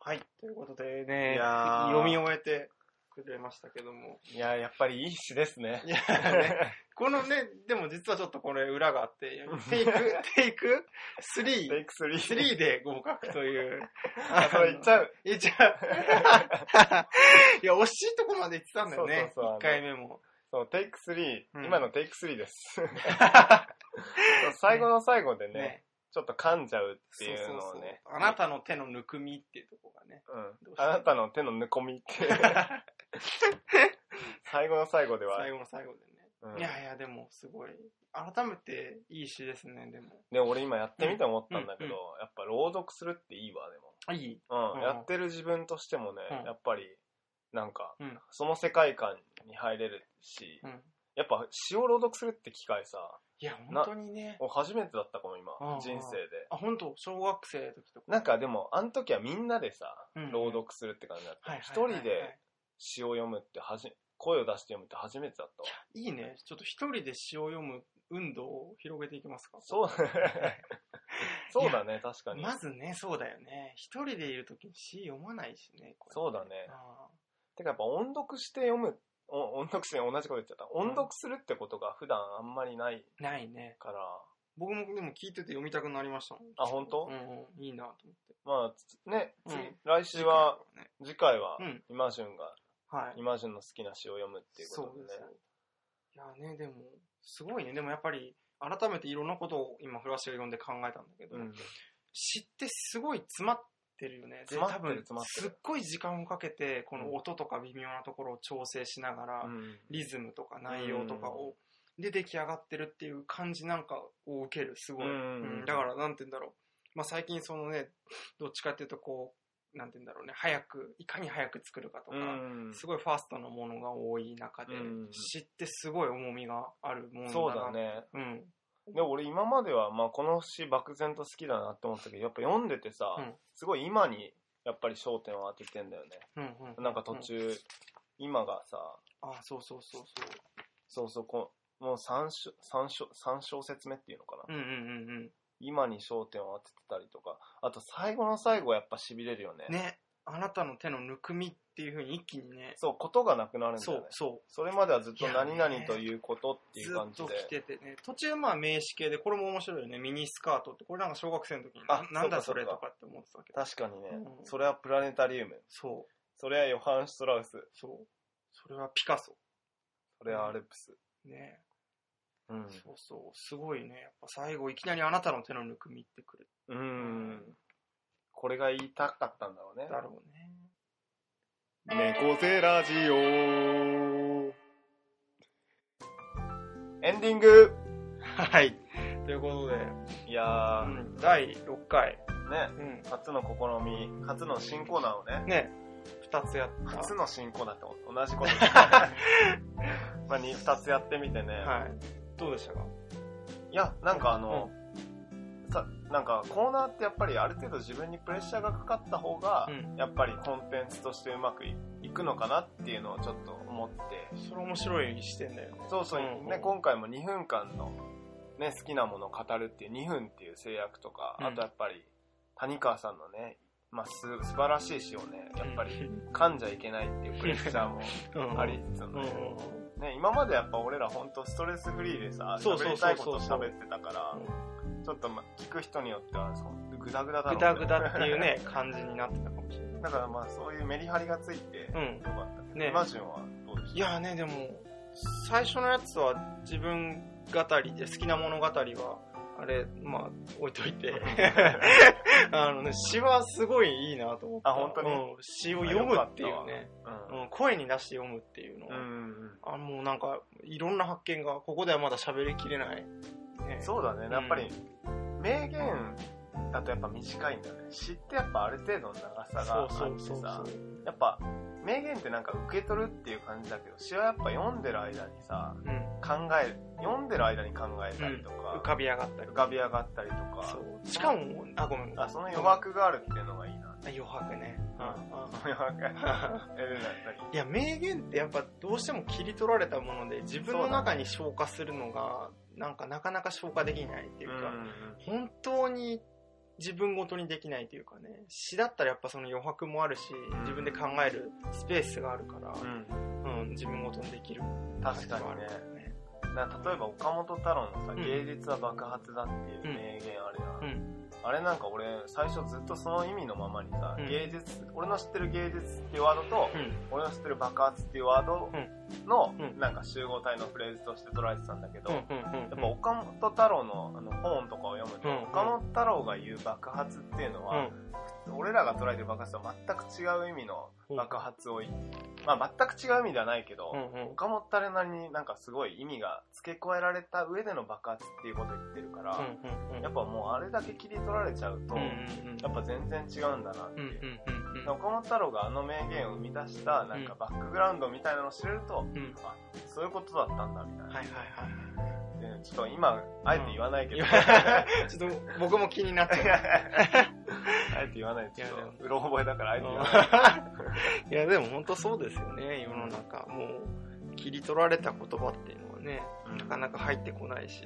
A: はい。ということでね
C: いやー、
A: 読み終えてくれましたけど も。
B: いや、やっぱりいい詩ですね。
A: いやーね、このね、でも実はちょっとこれ裏があ って、テイク、テイク
C: テ
A: 3?
C: イク3。
A: 3で合格という。
C: あ、それ言っちゃう。
A: いちゃう。いや、惜しいとこまで行ってたんだよね。一
C: そうそうそう
A: 1回目も。
C: そう、テイク3、
A: うん
C: 今のテイク3です。 そう最後の最後でね
A: ね。
C: ちょっと噛んじゃうって
A: そ
C: いうう
A: そう
C: のを
A: そう
C: ね。。
A: あなたの手のぬくみっていうとこが ね。
C: う
A: ど
C: ん
A: うし。た
C: あなたの手のぬこみ って。最後の最後では。
A: 最後の最後でね。
C: うん
A: いやいや、でもすごい。改めていい詩ですね、でも。
C: で、俺今やってみて思ったんだけど、
A: うん
C: やっぱ朗読するっていいわ、でも。
A: あいい。
C: うん、
A: うん
C: やってる自分としてもね、
A: うん
C: やっぱり、なんか、
A: うん
C: その世界観に入れるし、
A: うん。
C: やっぱ詩を朗読するって機会さ、
A: いや、本当にね。
C: 俺初めてだったかも今
A: うんう、ん
C: 人生で。
A: あ、本当小学生の時とか。
C: なんかでも、あの時はみんなでさ
A: うん、
C: 朗読するって感じだっ
A: は
C: た。
A: い
C: 一
A: はいはいはい
C: 人で詩を読むってはじ、声を出して読むって初めてだったわ。
A: いいね。ちょっと一人で詩を読む運動を広げていきますか。
C: そう、そうだね、確かに。
A: まずね、そうだよね。一人でいる時に詩読まないしね。これ
C: そうだね
A: あ
C: てかやっぱ音読して読む、お音読して同じこと言っちゃった。音読するってことが普段あんまりない
A: ーないね。
C: から、
A: 僕もでも聞いてて読みたくなりましたもん。
C: あ、本当？
A: うんうん、いいなと思っ
C: まあ、
A: て。
C: つね、次
A: うん
C: 来週は、
A: ね、
C: 次回は、
A: うん
C: イマジュンが、
A: はい
C: イ。マジュンの好きな詩を読むっていうこ
A: そ
C: と
A: う
C: で
A: で
C: ね
A: す。ね。いやね、でも、すごいね。でもやっぱり、改めていろんなことを今、フラッシュが読んで考えたんだけど、
C: うん
A: 詩ってすごい詰まってるよね。で
C: 詰まってる
A: 多分
C: 詰まってる
A: すっごい時間をかけて、この音とか微妙なところを調整しながら、
C: うん
A: リズムとか内容とかを、で出来上がってるっていう感じなんかを受ける、すごい。
C: うん
A: うんだから、なんて言うんだろう。まあ、最近そのね、どっちかっていうとこう、なんて言うんだろうね、早く、いかに早く作るかとか、
C: うん
A: すごいファーストのものが多い中で
C: うん、
A: 詩ってすごい重みがあるものだな。
C: そうだ。ね。
A: うん。
C: で、俺今までは、まあ、この詩漠然と好きだなって思ってたけど、やっぱ読んでてさ、
A: うん
C: すごい今に、やっぱり焦点を当ててんだよね。
A: うんうん、
C: なんか途中、今がさ、
A: うん。あ、そうそうそうそ
C: そうそう、こうもう3章、三章、三小節目っていうのかな。
A: う。うんうんうん
C: 今に焦点を当ててたりとか、あと最後の最後はやっぱ痺れるよね。
A: うん。ね、あなたの手のぬくみっていうふうに一気にね、
C: そう、ことがなくなるんだ
A: そ
C: よ
A: う
C: ね。
A: そ
C: それまではずっと
A: いや
C: 何
A: ね
C: 々ということって
A: う。
C: いう
A: ず
C: 感
A: っ
C: じ
A: と
C: で。
A: 来ててね、途中まあ名詞系で、これも面白いよね、ミニスカートって、これなんか小学生の時にな
C: あ、
A: なんだ
C: そ
A: そう
C: か
A: れ
C: そうか
A: とかって思ってたけど。
C: 確かにね、
A: うん
C: それはプラネタリウム。
A: そう、
C: それはヨハン・シュトラウス。
A: そう。それはピカソ。
C: それはアルプス。
A: ね、
C: うん。
A: そうそう。すごいね。やっぱ最後、いきなりあなたの手のぬくみってくる。
C: うん。これが言いたかったんだろうね。
A: だろうね。
C: 猫背ラジオエンディング
A: はい。ということで、
C: いや
A: う
C: ー、
A: ん、第6回、
C: ね、初の試み、初の新コーナーをね、
A: ね、2つやった。
C: 初の新コーナーと同 じことまあ、に二つやってみてね、
A: はい。どうでしたか
C: い、や、なんかあの、さ、なんかコーナーってやっぱりある程度自分にプレッシャーがかかった方が、
A: うん
C: やっぱりコンテンツとしてうまくいいくのかなっていうのをちょっと思って、
A: それ面白い視点だよね。
C: そうそう、
A: うん
C: ね、今回も2分間の、ね、好きなものを語るっていう2分っていう制約とか、
A: うん
C: あとやっぱり谷川さんのね、まあ、す素晴らしい詩をねやっぱり
A: う
C: 噛んじゃいけないっていうプレッシャーも
A: ん
C: あり。つつ
A: うん
C: もね,、ね今までやっぱ俺ら本当ストレスフリーでさ
A: そう
C: 喋
A: そう
C: り
A: そ
C: た
A: う
C: いこ
A: そう
C: と喋ってたからちょっとま聞く人によってはそうグダグダだろ
A: ぐ
C: う
A: だ
C: ね
A: ぐだっていうね、 感じになってたかもしれ
C: だからまあそういうメリハリがついてよか
A: な
C: っ
A: い。うん。
C: たけど、
A: ね
C: マジンはどうでした
A: いやねでも最初のやつは自分語りで好きな物語はあれまあ置いといて あのね詩はすごいいいなと思った
C: あ本当に
A: うん、詩を読むってい
C: あよかっ
A: う
C: た
A: ね、うん、声に出して読むっていうの
C: う
A: は、
C: ん、うん
A: あもうなんかいろんな発見がここではまだ喋りきれない、ね、
C: そうだね、やっぱり、名言だとやっぱ短いんだよね詩ってやっぱある程度の長さがあ
A: そ
C: っ
A: う
C: てさ
A: そうそうそう
C: やっぱ名言ってなんか受け取るっていう感じだけど詩はやっぱ読んでる間にさ
A: うん
C: 考える読んでる間に考えたりとか、
A: 浮かび上がったり
C: 浮かび上がったりとか
A: そうしかもあごめんごめん
C: あその余白があるっていうのがいいな
A: あ余白ね
C: うんその余白が えでない
A: や名言ってやっぱどうしても切り取られたもので自分の中に消化するのがなんかなかなか消化できないっていうか、本当に自分ごとにできないというかね詩だったらやっぱその余白もあるし自分で考えるスペースがあるから、
C: うんうん
A: うん自分ごとにできる感
C: 確
A: じ
C: か
A: が
C: に
A: あ
C: ね
A: るからね
C: な例えば岡本太郎のさ「
A: うん
C: 芸術は爆発だ」っていう名言あるやん、
A: う
C: あれなんか俺最初ずっとその意味のままにさ、
A: うん
C: 芸術俺の知ってる芸術っていうワードと、
A: うん
C: 俺の知ってる爆発っていうワードの、
A: うん
C: なんか集合体のフレーズとして捉えてたんだけど、
A: うん
C: や
A: うんうん
C: っぱ岡本太郎のあの本とかを読むと、
A: うん
C: 岡本太郎が言う爆発っていうのは、俺らが捉えてる爆発とは全く違う意味の爆発をい、まあ全く違う意味ではないけど、
A: うんうん
C: 岡本太郎なりになんかすごい意味が付け加えられた上での爆発っていうことを言ってるから、
A: うんうんうん
C: やっぱもうあれだけ切り取られちゃうと、
A: うん
C: やっぱ全然違うんだなって
A: うんうんうん
C: いう。
A: うんうん
C: 岡本太郎があの名言を生み出したなんかバックグラウンドみたいなのを知れると、
A: うん
C: あそういうことだったんだみたいな、
A: はいはいはい
C: でちょっと今あえて言わないけど、
A: うん
C: あ
A: ちょっと僕も気になっちゃう。
C: えて言わないちょっ
A: いやでも
C: とうろ覚えだからあえて言わない
A: うんいや、でも本当そうですよね、世の中。もう、切り取られた言葉っていうのはね、なかなか入ってこないし、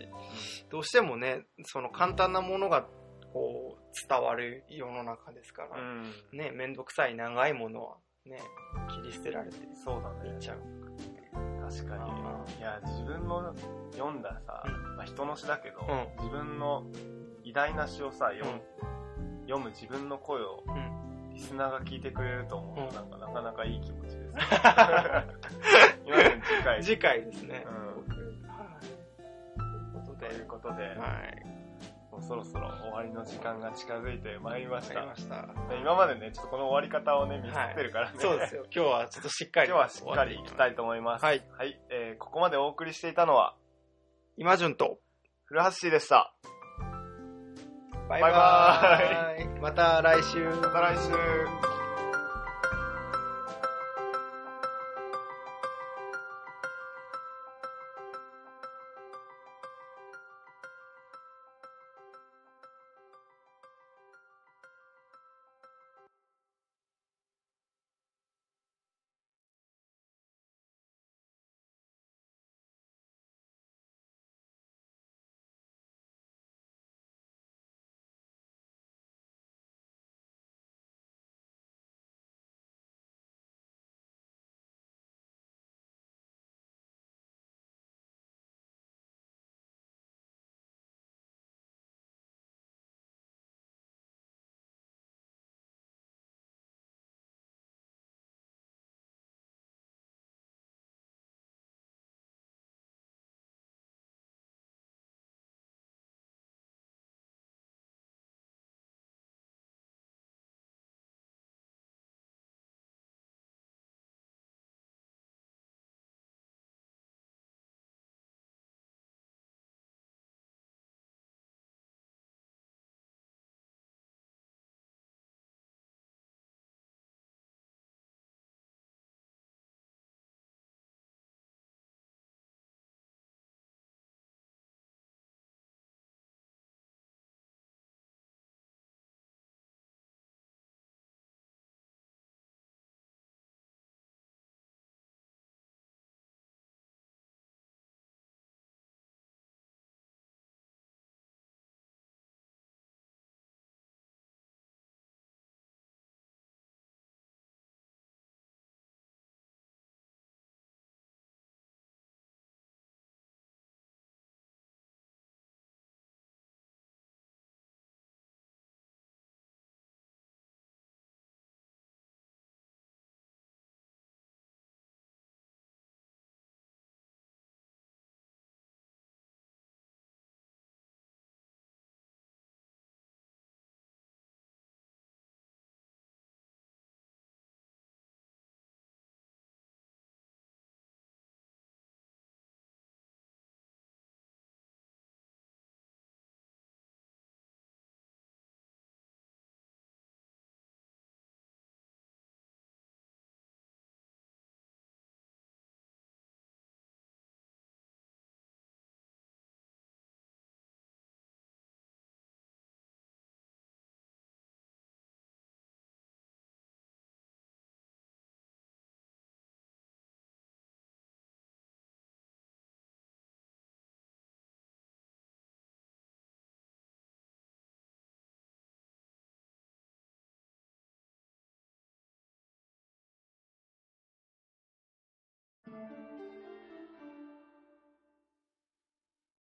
A: どうしてもね、その簡単なものが、こう、伝わる世の中ですか
C: う
A: ら、
C: ん、
A: ね、めんどくさい長いものは、ね、切り捨てられてい
C: そうだね
A: っちゃう。
C: 確か
A: あ
C: にいや自分の読んださ、
A: う
C: まあ、人の詩だけど、
A: うん
C: 自分の偉大な詩をさ読,、
A: うん
C: 読む自分の声を
A: うん。
C: リスナーが聞いてくれると思うと、
A: うん
C: なんかなかなかいい気持ちで す。 今の次回。
A: 次回ですね、
C: うん
A: 僕。はい。というこ
C: と
A: と
C: いうこと
A: で、
C: で、
A: はい。
C: もうそろそろ終わりの時間が近づいてまいりま
A: わ
C: し
A: か
C: た。
A: りました。
C: で今までね、ちょっとこの終わり方をね、ミスってるからね。
A: そうですよ。 今日はちょっとしっか
C: 今
A: り
C: 日はしっかりいきた
A: い。
C: いと思います。
A: はい。
C: はい。えーここまでお送りしていたのは、
A: 今順と。
C: 古橋氏でした。
A: バ
C: イバ
A: イバイ。また来週。
C: また来週。